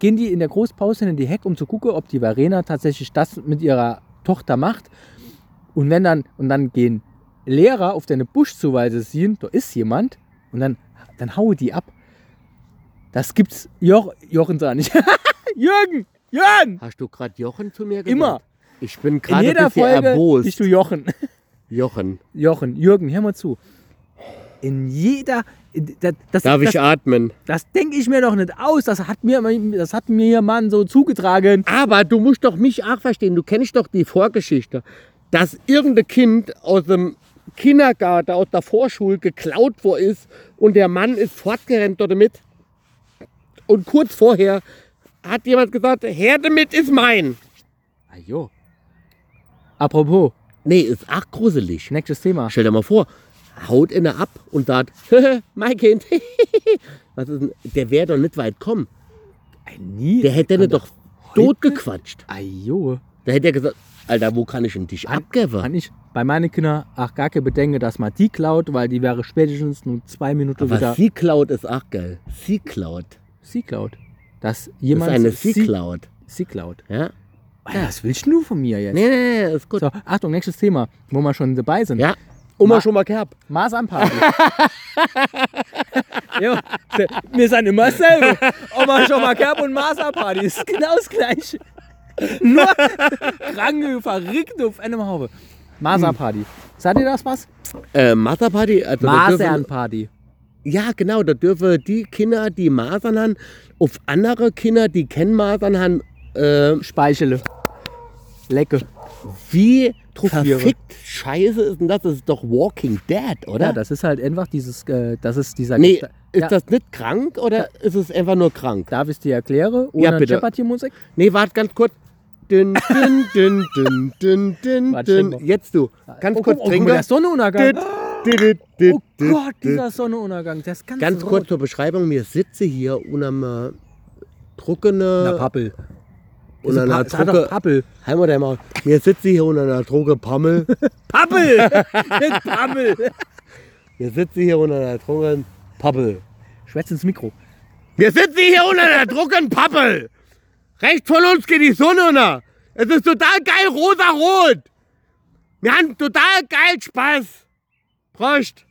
Speaker 1: gehen die in der Großpause in die Heck, um zu gucken, ob die Verena tatsächlich das mit ihrer Tochter macht. Und wenn dann, und dann gehen Lehrer auf deine Buschzuweise sehen, da ist jemand, und dann, dann haue die ab. Das gibt's Joch, Jochen sah nicht. Jürgen! Jürgen!
Speaker 2: Hast du gerade Jochen zu mir gesagt?
Speaker 1: Immer.
Speaker 2: Ich bin
Speaker 1: In
Speaker 2: gerade ein
Speaker 1: jeder
Speaker 2: bisschen
Speaker 1: Folge bist
Speaker 2: erbost.
Speaker 1: du Jochen.
Speaker 2: Jochen,
Speaker 1: Jochen, Jürgen, hör mal zu. In jeder. Das, das,
Speaker 2: darf
Speaker 1: das,
Speaker 2: ich atmen?
Speaker 1: das denke ich mir doch nicht aus. Das hat mir, das hat mir Mann so zugetragen.
Speaker 2: Aber du musst doch mich auch verstehen. Du kennst doch die Vorgeschichte, dass irgendein Kind aus dem Kindergarten, aus der Vorschule geklaut worden ist und der Mann ist fortgerannt damit. Und kurz vorher hat jemand gesagt, Herr damit ist mein. Ah, jo.
Speaker 1: Apropos,
Speaker 2: Nee, ist ach gruselig.
Speaker 1: nächstes Thema.
Speaker 2: Stell dir mal vor, haut inne ab und sagt, mein Kind. Was ist denn? Der wäre doch nicht weit kommen.
Speaker 1: Ey, Nie.
Speaker 2: Der hätte
Speaker 1: An
Speaker 2: nicht
Speaker 1: der-
Speaker 2: doch tot gequatscht.
Speaker 1: Ei, jo.
Speaker 2: Da hätte er gesagt, Alter, wo kann ich denn dich abgeben?
Speaker 1: Kann ich bei meinen Kindern auch gar kein Bedenken, dass man die klaut, weil die wäre spätestens nur zwei Minuten
Speaker 2: Aber
Speaker 1: wieder.
Speaker 2: Sea Cloud ist auch geil. Sea Cloud.
Speaker 1: Sie klaut. Dass
Speaker 2: Das ist
Speaker 1: jemand.
Speaker 2: eine
Speaker 1: sie-
Speaker 2: Sea Cloud.
Speaker 1: Sie klaut.
Speaker 2: Ja?
Speaker 1: Ey, Was willst du von mir jetzt?
Speaker 2: Nee, nee, nee, ist gut.
Speaker 1: So, Achtung, nächstes Thema, wo wir schon dabei sind.
Speaker 2: Ja. Oma
Speaker 1: Ma-
Speaker 2: schon mal gehabt.
Speaker 1: Maß anpassen. ja, wir sind immer dasselbe. Oma schon mal gehabt und Maß anpassen. Ist genau das Gleiche. Nur kranke, verrückte auf einem Haufe. Maserparty. Sagt ihr das was?
Speaker 2: Äh, Maserparty. Also da dürfen,
Speaker 1: Masernparty.
Speaker 2: ja, genau. Da dürfen die Kinder, die Masern haben, auf andere Kinder, die kennen Masern haben, äh,
Speaker 1: Speichele. Lecke.
Speaker 2: wie
Speaker 1: Trophiere.
Speaker 2: verfickt scheiße ist denn das? Das ist doch Walking Dead, oder?
Speaker 1: Ja, das ist halt einfach dieses, äh, das ist dieser...
Speaker 2: nee, ist
Speaker 1: ja,
Speaker 2: das nicht krank oder ist es einfach nur krank?
Speaker 1: darf ich dir erklären? Ohne
Speaker 2: Ja, bitte.
Speaker 1: Jeopardy-Musik?
Speaker 2: Nee, warte ganz kurz. Dün, dün, dün, dün, dün, dün,
Speaker 1: Warte,
Speaker 2: dün.
Speaker 1: Schimmer.
Speaker 2: Jetzt du. Ganz
Speaker 1: oh,
Speaker 2: kurz
Speaker 1: guck, oh, guck
Speaker 2: trinken.
Speaker 1: mal, der Sonnenuntergang.
Speaker 2: Dü- dü- dü-
Speaker 1: Oh
Speaker 2: dü-
Speaker 1: Gott,
Speaker 2: dü-
Speaker 1: dieser Sonnenuntergang. Der ist ganz,
Speaker 2: Ganz
Speaker 1: rot.
Speaker 2: kurz zur Beschreibung. Wir sitzen hier äh, unter einer
Speaker 1: Na,
Speaker 2: trockene.
Speaker 1: Pappel.
Speaker 2: Unter
Speaker 1: Diese Also Pa-
Speaker 2: einer
Speaker 1: das hat
Speaker 2: Drucke-
Speaker 1: doch Pappel.
Speaker 2: Halt mal dein Maul. Wir sitzen hier unter einer Droge Pammel.
Speaker 1: Pappel! Nicht Pappel!
Speaker 2: Wir sitzen hier unter einer Drogen Pappel.
Speaker 1: Schwätz ins Mikro.
Speaker 2: Wir sitzen hier unter einer Drogen Pappel. Rechts von uns geht die Sonne unter. Es ist total geil rosa-rot. Wir haben total geil Spaß. Prost.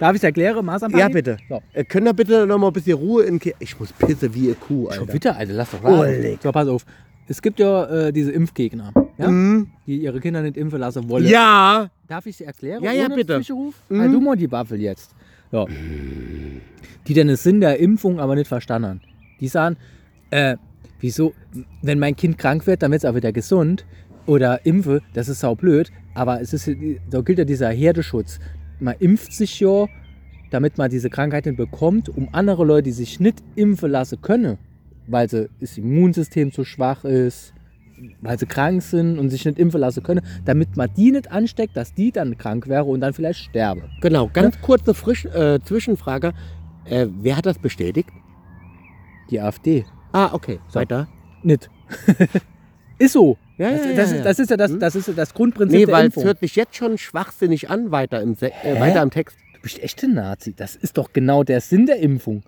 Speaker 1: Darf ich es erklären, Maßanpassung?
Speaker 2: Ja, bitte.
Speaker 1: So.
Speaker 2: Äh, Könnt ihr bitte noch mal ein bisschen Ruhe in Ke Ich muss pisse wie ihr Kuh,
Speaker 1: Schon
Speaker 2: Alter.
Speaker 1: wieder, Alter, lass doch
Speaker 2: Oleg.
Speaker 1: Oh, So, pass auf. Es gibt ja äh, diese Impfgegner, ja? die ihre Kinder nicht impfen lassen wollen.
Speaker 2: Ja.
Speaker 1: Darf ich sie erklären?
Speaker 2: Ja, ja,
Speaker 1: ohne
Speaker 2: bitte. Mhm.
Speaker 1: Zwischenruf? Ah, du mal die Waffel jetzt. So. Die dann den Sinn der Impfung aber nicht verstanden haben. Die sagen, äh, wieso, wenn mein Kind krank wird, dann wird es auch wieder gesund. Oder impfe, das ist saublöd. Aber es ist, da gilt ja dieser Herdeschutz. Man impft sich ja, damit man diese Krankheit nicht bekommt, um andere Leute, die sich nicht impfen lassen können, weil sie, das Immunsystem zu schwach ist, weil sie krank sind und sich nicht impfen lassen können, damit man die nicht ansteckt, dass die dann krank wäre und dann vielleicht sterbe.
Speaker 2: Genau, ganz kurze Frisch äh, Zwischenfrage. Äh, wer hat das bestätigt?
Speaker 1: Die AfD.
Speaker 2: Ah, okay.
Speaker 1: So.
Speaker 2: Weiter.
Speaker 1: Nicht. ist so.
Speaker 2: Ja,
Speaker 1: das,
Speaker 2: ja,
Speaker 1: das,
Speaker 2: ja,
Speaker 1: ist-
Speaker 2: ja.
Speaker 1: das ist ja das, das, ist ja das Grundprinzip
Speaker 2: Nee,
Speaker 1: der
Speaker 2: weil es
Speaker 1: Impfung.
Speaker 2: hört sich jetzt schon schwachsinnig an, weiter im, Se äh,
Speaker 1: Hä?
Speaker 2: weiter im Text.
Speaker 1: du bist echt ein Nazi. Das ist doch genau der Sinn der Impfung.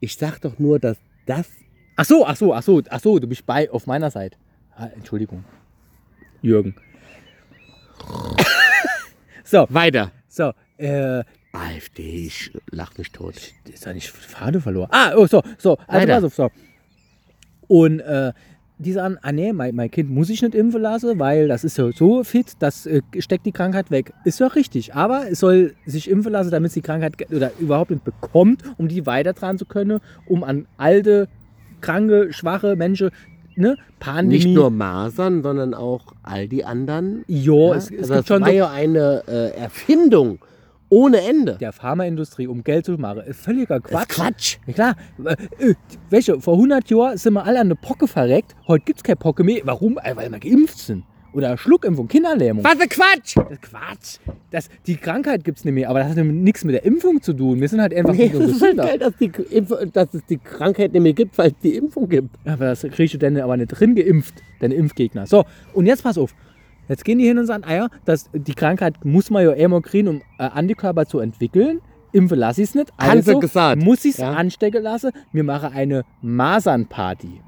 Speaker 2: Ich sag doch nur, dass das.
Speaker 1: Ach so, ach so, ach so, ach so, du bist bei auf meiner Seite. Ah, Entschuldigung. Jürgen. so,
Speaker 2: Weiter.
Speaker 1: so, äh,
Speaker 2: AfD, ich lach mich tot.
Speaker 1: ist da nicht Fade verloren? Ah, oh, so, so, also
Speaker 2: Weiter.
Speaker 1: pass auf, so. Und äh, die sagen, ah nee, mein, mein Kind muss ich nicht impfen lassen, weil das ist ja so fit, das äh, steckt die Krankheit weg. Ist ja richtig, aber es soll sich impfen lassen, damit es die Krankheit ge- oder überhaupt nicht bekommt, um die weiter zu können, um an alte, kranke, schwache Menschen, ne, Pandemie.
Speaker 2: Nicht nur Masern, sondern auch all die anderen.
Speaker 1: Jo,
Speaker 2: Ja,
Speaker 1: es, es
Speaker 2: also
Speaker 1: gibt
Speaker 2: das
Speaker 1: schon
Speaker 2: war
Speaker 1: so
Speaker 2: ja eine äh, Erfindung ohne Ende.
Speaker 1: der Pharmaindustrie, um Geld zu machen. Äh, Völliger
Speaker 2: Das ist
Speaker 1: Quatsch.
Speaker 2: Quatsch.
Speaker 1: Ja, klar, äh, äh, welche, vor 100 Jahren sind wir alle an der Pocke verreckt, heute gibt es keine Pocke mehr. Warum? Äh, Weil wir geimpft sind. Oder Schluckimpfung, Kinderlähmung.
Speaker 2: Was für Quatsch!
Speaker 1: Das ist Quatsch. Das, die Krankheit gibt es nicht mehr, aber das hat nämlich nichts mit der Impfung zu tun. Wir sind halt einfach
Speaker 2: Nee,
Speaker 1: nicht
Speaker 2: das ist halt geil, dass, die Impf- dass es die Krankheit nicht mehr gibt, weil es die Impfung gibt.
Speaker 1: Aber das kriegst du denn aber nicht drin geimpft, deine Impfgegner. So, und jetzt pass auf. Jetzt gehen die hin und sagen, ah ja, das, die Krankheit muss man ja immer kriegen, um äh, Antikörper zu entwickeln. Impfen lasse ich es nicht.
Speaker 2: Haben sie
Speaker 1: Also
Speaker 2: gesagt,
Speaker 1: muss ich es
Speaker 2: ja.
Speaker 1: anstecken lassen. Wir machen eine Masernparty.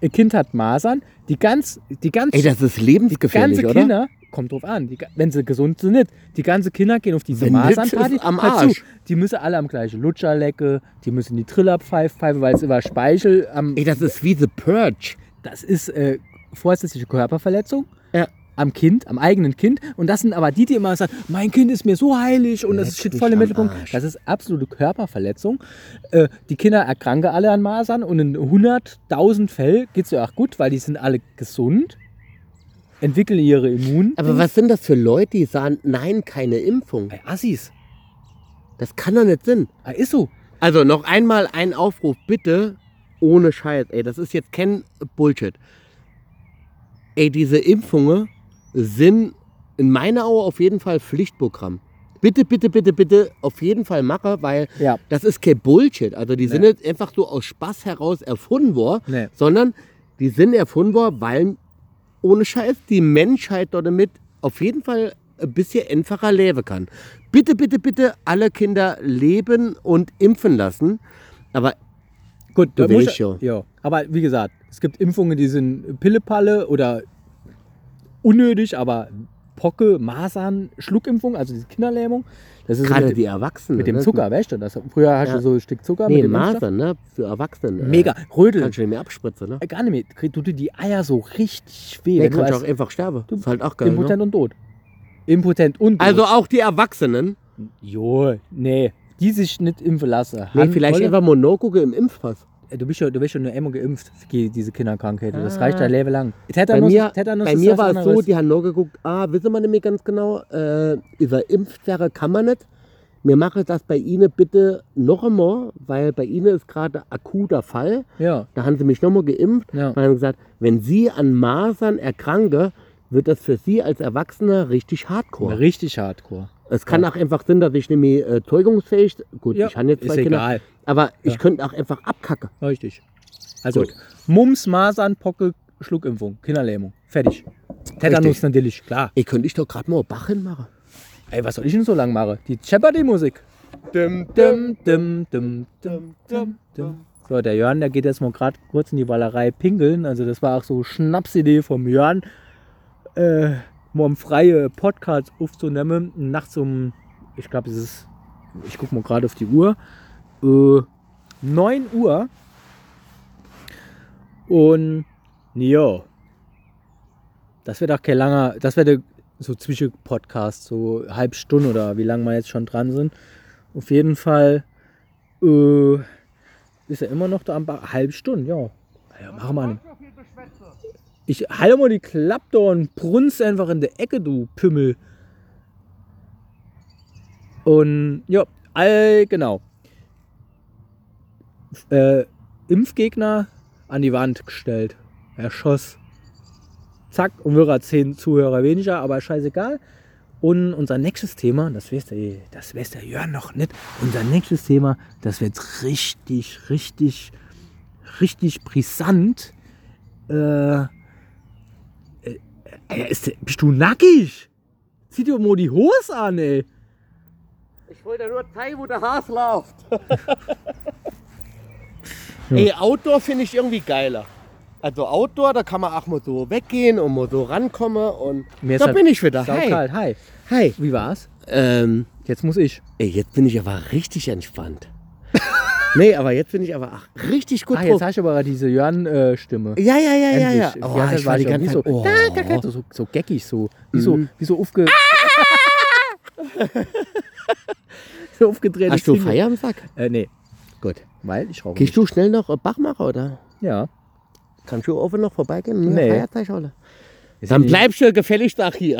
Speaker 1: Ein Kind hat Masern. Die ganz, die ganz
Speaker 2: Ey, das ist
Speaker 1: Die ganze
Speaker 2: lebensgefährlich, oder?
Speaker 1: Kinder, kommt drauf an, die, ga- wenn sie gesund sind, nicht. Die ganze Kinder gehen auf diese
Speaker 2: Wenn nicht,
Speaker 1: Masernparty
Speaker 2: ist am
Speaker 1: Hör zu,
Speaker 2: Arsch.
Speaker 1: Die müssen alle am gleichen Lutscher lecken, die müssen die Trillerpfeife pfeifen, weil es über Speichel am.
Speaker 2: Ey, das ist wie The Purge.
Speaker 1: Das ist äh, vorsätzliche Körperverletzung.
Speaker 2: Ja.
Speaker 1: Am Kind, am eigenen Kind. Und das sind aber die, die immer sagen, mein Kind ist mir so heilig und das
Speaker 2: Leck
Speaker 1: steht
Speaker 2: mich
Speaker 1: voll im
Speaker 2: am
Speaker 1: Mittelpunkt.
Speaker 2: Arsch.
Speaker 1: Das ist absolute Körperverletzung. Äh, die Kinder erkranken alle an Masern und in 100.000 Fällen geht es ja auch gut, weil die sind alle gesund, entwickeln ihre Immun.
Speaker 2: Aber was sind das für Leute, die sagen, nein, keine Impfung?
Speaker 1: Bei Assis.
Speaker 2: Das kann doch nicht Sinn.
Speaker 1: Ah, ist so.
Speaker 2: Also noch einmal ein Aufruf, bitte, ohne Scheiß. Ey, das ist jetzt kein Bullshit. Ey, diese Impfungen sind in meiner Augen auf jeden Fall Pflichtprogramm. Bitte, bitte, bitte, bitte auf jeden Fall mache, weil
Speaker 1: Ja.
Speaker 2: das ist kein Bullshit. Also die sind
Speaker 1: Nee.
Speaker 2: nicht einfach so aus Spaß heraus erfunden worden,
Speaker 1: Nee.
Speaker 2: sondern die sind erfunden worden, weil ohne Scheiß die Menschheit dort damit auf jeden Fall ein bisschen einfacher leben kann. Bitte, bitte, bitte alle Kinder leben und impfen lassen. Aber
Speaker 1: Gut,
Speaker 2: Du
Speaker 1: da muss
Speaker 2: willst ja.
Speaker 1: ja. Aber wie gesagt, es gibt Impfungen, die sind Pillepalle oder unnötig, aber Pocke, Masern, Schluckimpfung, also diese Kinderlähmung. Das ist
Speaker 2: gerade
Speaker 1: mit,
Speaker 2: die Erwachsenen.
Speaker 1: mit dem
Speaker 2: ne?
Speaker 1: Zucker, weißt du? Das, früher hast
Speaker 2: Ja.
Speaker 1: du so ein Stück Zucker mit
Speaker 2: Nee,
Speaker 1: dem Impfstoff.
Speaker 2: Masern, ne? Für Erwachsene.
Speaker 1: Mega.
Speaker 2: Äh,
Speaker 1: Rödel.
Speaker 2: kannst du nicht mehr abspritzen, ne?
Speaker 1: Äh, Gar nicht mehr. Krieg- Tut dir die Eier so richtig weh.
Speaker 2: Nee,
Speaker 1: wenn du
Speaker 2: kannst du auch
Speaker 1: weißt,
Speaker 2: einfach sterben.
Speaker 1: Du-
Speaker 2: ist halt auch geil. Ne?
Speaker 1: impotent und tot. Impotent und tot.
Speaker 2: Also auch die Erwachsenen.
Speaker 1: Jo, nee. Die sich nicht impfen lassen.
Speaker 2: Nee,
Speaker 1: Han-
Speaker 2: vielleicht
Speaker 1: Olle,
Speaker 2: einfach mal Nogucke im Impfpass.
Speaker 1: Äh, Du bist ja, du bist ja nur immer geimpft gegen diese Kinderkrankheit. und Das
Speaker 2: Ah.
Speaker 1: reicht dein Leben lang.
Speaker 2: Bei
Speaker 1: Tetanus,
Speaker 2: mir,
Speaker 1: Tetanus
Speaker 2: bei
Speaker 1: ist
Speaker 2: mir
Speaker 1: was
Speaker 2: war es so,
Speaker 1: anderes.
Speaker 2: die haben nur geguckt, ah, wissen wir nämlich ganz genau, äh, über Impfzerre kann man nicht. Wir machen das bei Ihnen bitte noch einmal, weil bei Ihnen ist gerade akuter Fall.
Speaker 1: ja,
Speaker 2: Da haben sie mich nochmal geimpft
Speaker 1: Ja.
Speaker 2: und haben gesagt, wenn Sie an Masern erkranke, wird das für Sie als Erwachsener richtig hardcore.
Speaker 1: richtig hardcore.
Speaker 2: Es kann auch einfach sein, dass ich nämlich äh, zeugungsfähig, gut,
Speaker 1: Ja,
Speaker 2: ich habe jetzt
Speaker 1: ist
Speaker 2: zwei Kinder,
Speaker 1: egal.
Speaker 2: aber ich
Speaker 1: Ja.
Speaker 2: könnte auch einfach abkacken.
Speaker 1: Richtig. Also
Speaker 2: Gut.
Speaker 1: Mumps, Masern, Pocke, Schluckimpfung, Kinderlähmung. Fertig. Tetanus
Speaker 2: Richtig.
Speaker 1: natürlich, klar.
Speaker 2: Ey, könnte ich doch gerade mal Bach machen.
Speaker 1: Ey, was soll ich denn so lang machen? Die Jeopardy-Musik.
Speaker 2: Dum,
Speaker 1: Dum, dum, dum, dum, dum, dum. So, der Jörn, der geht jetzt mal gerade kurz in die Wallerei pinkeln. Also das war auch so Schnapsidee vom Jörn, äh, mal einen freien Podcast aufzunehmen. Nachts um, ich glaube, es ist, ich guck mal gerade auf die Uhr, äh, 9 Uhr. Und, ja, das wird auch kein langer, das wird so zwischen Podcast, so halb Stunde oder wie lange wir jetzt schon dran sind. Auf jeden Fall äh, ist er immer noch da am Bar. Halb Stunde, ja. ja mach mal. Nicht. Ich halte mal die Klappe da und brunst einfach in der Ecke, du Pimmel. Und ja, all genau. Äh, Impfgegner an die Wand gestellt. Er schoss. Zack, und wir haben zehn Zuhörer weniger, aber scheißegal. Und unser nächstes Thema, das weiß der, das weiß der Jörn noch nicht, unser nächstes Thema, das wird richtig, richtig, richtig brisant. Äh, äh, äh, ist, der- bist du nackig? Zieh dir mal die Hose an, ey.
Speaker 2: Ich wollte nur zeigen, wo der Hase läuft. Ey, Outdoor finde ich irgendwie geiler. Also Outdoor, da kann man auch mal so weggehen und mal so rankommen und
Speaker 1: Mir ist
Speaker 2: da
Speaker 1: halt
Speaker 2: bin ich wieder. Hi.
Speaker 1: Saukalt, hi.
Speaker 2: Hi.
Speaker 1: Wie war's?
Speaker 2: Ähm,
Speaker 1: Jetzt muss ich.
Speaker 2: ey, jetzt bin ich aber richtig entspannt. Nee, aber jetzt bin ich aber ach, richtig gut
Speaker 1: Ah,
Speaker 2: drauf.
Speaker 1: jetzt hast du aber diese äh, Jörn-Stimme.
Speaker 2: ja, ja, ja, ja, ja.
Speaker 1: Endlich.
Speaker 2: Oh,
Speaker 1: Die ganze Zeit
Speaker 2: ich war die
Speaker 1: schon
Speaker 2: ganze
Speaker 1: wie
Speaker 2: Zeit.
Speaker 1: so,
Speaker 2: Oh.
Speaker 1: da, da, da, Mhm. so, so geckig, so. Wie so, wie so aufge... so aufgedreht.
Speaker 2: Hast du Feier am Sack?
Speaker 1: Äh, nee,
Speaker 2: Gut.
Speaker 1: weil ich rauche
Speaker 2: Gehst
Speaker 1: nicht.
Speaker 2: du schnell noch äh, Bachmacher oder?
Speaker 1: Ja.
Speaker 2: Kannst du offen noch vorbeigehen? Mir
Speaker 1: Nee.
Speaker 2: Feiertag, oder? Dann bleibst du gefälligst auch hier.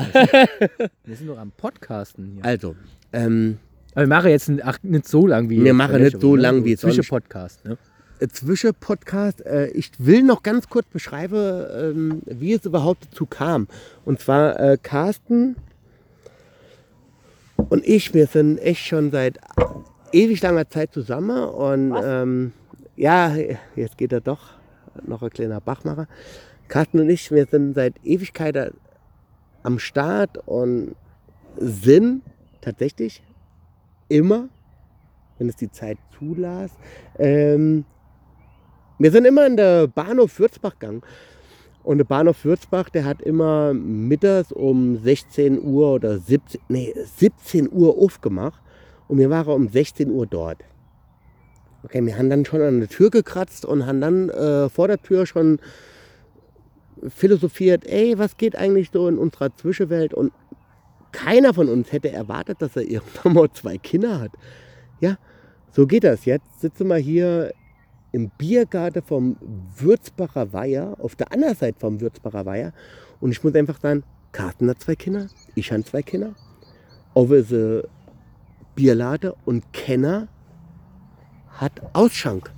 Speaker 1: Wir sind doch am Podcasten hier.
Speaker 2: Also, ähm,
Speaker 1: Aber Äh, wir machen jetzt n- ach, nicht so lang wie...
Speaker 2: Wir machen
Speaker 1: letzte
Speaker 2: nicht so
Speaker 1: Woche, ne?
Speaker 2: lang wie sonst.
Speaker 1: Zwischen Podcast, ne?
Speaker 2: Zwischenpodcast. Äh, ich will noch ganz kurz beschreiben, ähm, wie es überhaupt dazu kam. Und zwar äh, Carsten und ich, wir sind echt schon seit ewig langer Zeit zusammen. Und ähm, ja, jetzt geht er doch, noch ein kleiner Bachmacher. Carsten und ich, wir sind seit Ewigkeit am Start und sind tatsächlich immer, wenn es die Zeit zulaß, ähm, wir sind immer in der Bahnhof Würzbach gegangen. Und der Bahnhof Würzbach, der hat immer mittags um 16 Uhr oder 17, nee, 17 Uhr aufgemacht. Und wir waren um 16 Uhr dort. Okay, wir haben dann schon an der Tür gekratzt und haben dann äh, vor der Tür schon philosophiert, ey, was geht eigentlich so in unserer Zwischenwelt? Und keiner von uns hätte erwartet, dass er irgendwann mal zwei Kinder hat. Ja, so geht das. Jetzt sitzen wir hier im Biergarten vom Würzbacher Weiher, auf der anderen Seite vom Würzbacher Weiher. Und ich muss einfach sagen, Carsten hat zwei Kinder, ich habe zwei Kinder. Ove ist ein Bierlade und Kenner hat Ausschank.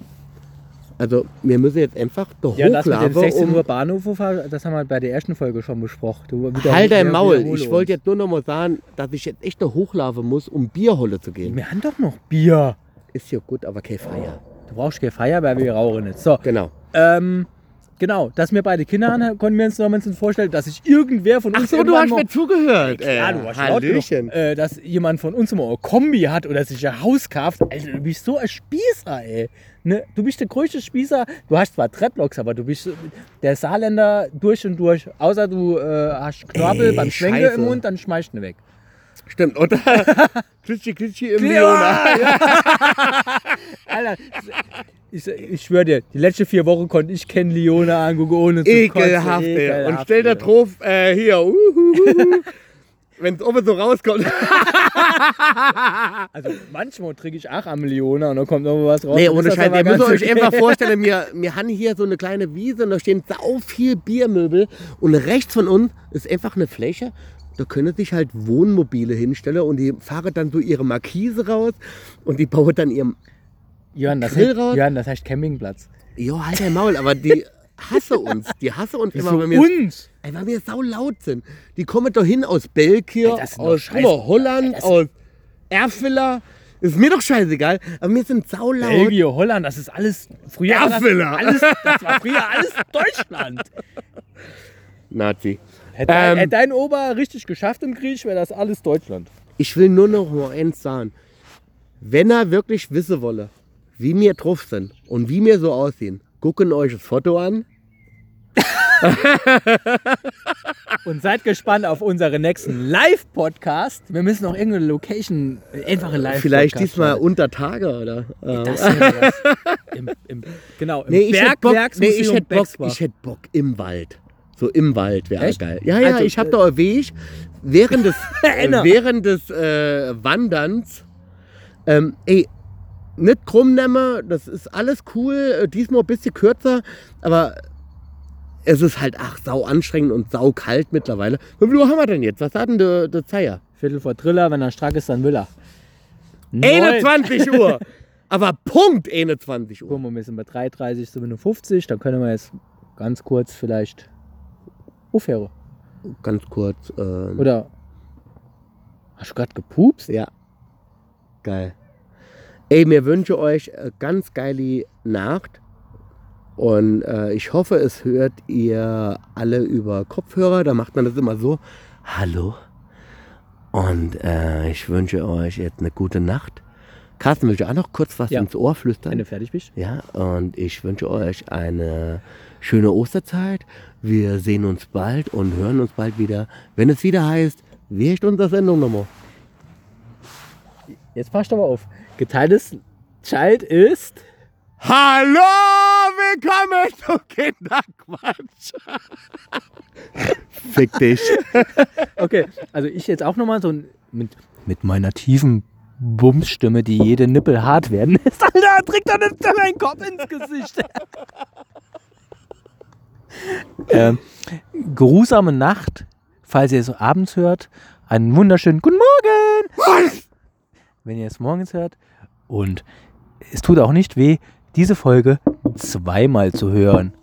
Speaker 2: Also wir müssen jetzt einfach da
Speaker 1: Ja, das mit dem
Speaker 2: hochlaufen,
Speaker 1: 16
Speaker 2: um-
Speaker 1: Uhr Bahnhof, das haben wir bei der ersten Folge schon besprochen. Du wiederhol-
Speaker 2: Halt dein
Speaker 1: wir
Speaker 2: Maul.
Speaker 1: wiederholen
Speaker 2: Ich wollte
Speaker 1: uns.
Speaker 2: jetzt nur noch mal sagen, dass ich jetzt echt da hochlaufen muss, um Bierholle zu gehen.
Speaker 1: Wir haben doch noch Bier.
Speaker 2: Ist ja gut, aber kein Feier.
Speaker 1: Du brauchst keine Feier, weil wir rauchen nicht. So,
Speaker 2: Genau.
Speaker 1: ähm, genau, dass wir beide Kinder haben, konnten wir uns noch mindestens vorstellen, dass sich irgendwer von uns. irgendwann mal-
Speaker 2: zugehört.
Speaker 1: ja, du hast laut genug, äh, dass jemand von uns mal eine Kombi hat oder sich ein Haus kauft. Also, du bist so ein Spießer, ey. Ne? Du bist der größte Spießer. Du hast zwar Dreadlocks, aber du bist so- der Saarländer durch und durch. Außer du äh, hast Knorpel
Speaker 2: Ey,
Speaker 1: beim Schwenke
Speaker 2: Scheiße.
Speaker 1: im Mund, dann schmeißt du weg.
Speaker 2: Stimmt, oder? klitschi, klitschi im Leona.
Speaker 1: Ja, Alter, ich, ich schwöre dir, die letzten vier Wochen konnte ich Ken Leona angucken, ohne zu
Speaker 2: Ekelhaft,
Speaker 1: kotzen.
Speaker 2: ey. Und
Speaker 1: Ekelhaft,
Speaker 2: stell da
Speaker 1: ey.
Speaker 2: drauf, äh, hier, uh, uhuhuhu. Wenn es oben so rauskommt.
Speaker 1: Also manchmal trinke ich auch am Leona und dann kommt noch mal was raus.
Speaker 2: Nee,
Speaker 1: Dann ist
Speaker 2: ohne
Speaker 1: das
Speaker 2: Scheiß.
Speaker 1: aber
Speaker 2: Ihr müsst
Speaker 1: ganz
Speaker 2: euch
Speaker 1: okay.
Speaker 2: einfach vorstellen, wir, wir haben hier so eine kleine Wiese und da stehen sau viel Biermöbel. Und rechts von uns ist einfach eine Fläche. Da können sich halt Wohnmobile hinstellen und die fahren dann so ihre Markise raus und die bauen dann ihren.
Speaker 1: Jörn, das
Speaker 2: Grill
Speaker 1: heißt,
Speaker 2: raus.
Speaker 1: Jörn, das heißt Campingplatz.
Speaker 2: Jo, halt dein Maul, aber die hasse uns. Die hasse uns immer, wenn wir,
Speaker 1: uns?
Speaker 2: ey, weil wir sau laut sind. Die kommen doch hin aus Belgien,
Speaker 1: Ey, das sind doch
Speaker 2: aus
Speaker 1: Scheiße. Ey,
Speaker 2: Holland,
Speaker 1: das-
Speaker 2: aus Erfiller. Ist mir doch scheißegal, aber wir sind sau laut.
Speaker 1: Belgien, Holland, das ist alles früher. war Das,
Speaker 2: Erfiller.
Speaker 1: alles, das war früher alles Deutschland.
Speaker 2: Nazi.
Speaker 1: Hätte dein-
Speaker 2: Ähm.
Speaker 1: hätte dein Ober richtig geschafft im Krieg, wäre das alles Deutschland.
Speaker 2: Ich will nur noch mal eins sagen. Wenn er wirklich wissen wolle, wie wir drauf sind und wie wir so aussehen, gucken euch das Foto an.
Speaker 1: Und seid gespannt auf unseren nächsten Live-Podcast. Wir müssen noch irgendeine Location, äh, einfache Live-Podcast.
Speaker 2: Vielleicht diesmal unter Tage oder. Äh,
Speaker 1: Das hier wäre was. Im, im, genau, im
Speaker 2: nee, ich hätte Bock, nee,
Speaker 1: Bergwerksmuseum
Speaker 2: ich hätte Bock,
Speaker 1: Bexbach.
Speaker 2: ich hätte Bock im Wald. So im Wald wäre
Speaker 1: Echt?
Speaker 2: geil. Ja, ja,
Speaker 1: Also,
Speaker 2: ich habe da einen Weg während des, äh,
Speaker 1: Erinner.
Speaker 2: während des äh, Wanderns. Ähm, ey, nicht krumm nehmen, das ist alles cool. äh, Diesmal ein bisschen kürzer, aber es ist halt ach sau anstrengend und sau kalt mittlerweile. Wie viel Uhr haben wir denn jetzt? Was hat denn der de Zeier?
Speaker 1: Viertel vor Triller, wenn er stark ist, dann will er. Neun.
Speaker 2: 21 Uhr! aber Punkt 21 Uhr.
Speaker 1: Guck mal, wir sind bei 3,30, sind wir nur 50. Dann können wir jetzt ganz kurz vielleicht aufhören.
Speaker 2: Ganz kurz. Ähm,
Speaker 1: Oder hast du gerade gepupst?
Speaker 2: Ja. Geil. Ey, mir wünsche euch äh, ganz geile Nacht. Und äh, ich hoffe, es hört ihr alle über Kopfhörer. Da macht man das immer so. Hallo. Und äh, ich wünsche euch jetzt eine gute Nacht. Carsten, willst du auch noch kurz was
Speaker 1: Ja.
Speaker 2: ins Ohr
Speaker 1: Wenn du
Speaker 2: flüstern?
Speaker 1: fertig bist.
Speaker 2: Ja, und ich wünsche euch eine schöne Osterzeit. Wir sehen uns bald und hören uns bald wieder, wenn es wieder heißt, wie ist unsere Sendung nochmal?
Speaker 1: Jetzt passt aber auf. Geteiltes Child ist.
Speaker 2: Hallo, willkommen zu Kinderquatsch. Fick dich.
Speaker 1: Okay, also ich jetzt auch nochmal so ein, mit, mit meiner tiefen Bumsstimme, die jede Nippel hart werden lässt. Alter, trinkt doch nicht meinen Kopf ins Gesicht. ähm, geruhsame Nacht, falls ihr es abends hört. Einen wunderschönen Guten Morgen, wenn ihr es morgens hört. Und es tut auch nicht weh, diese Folge zweimal zu hören.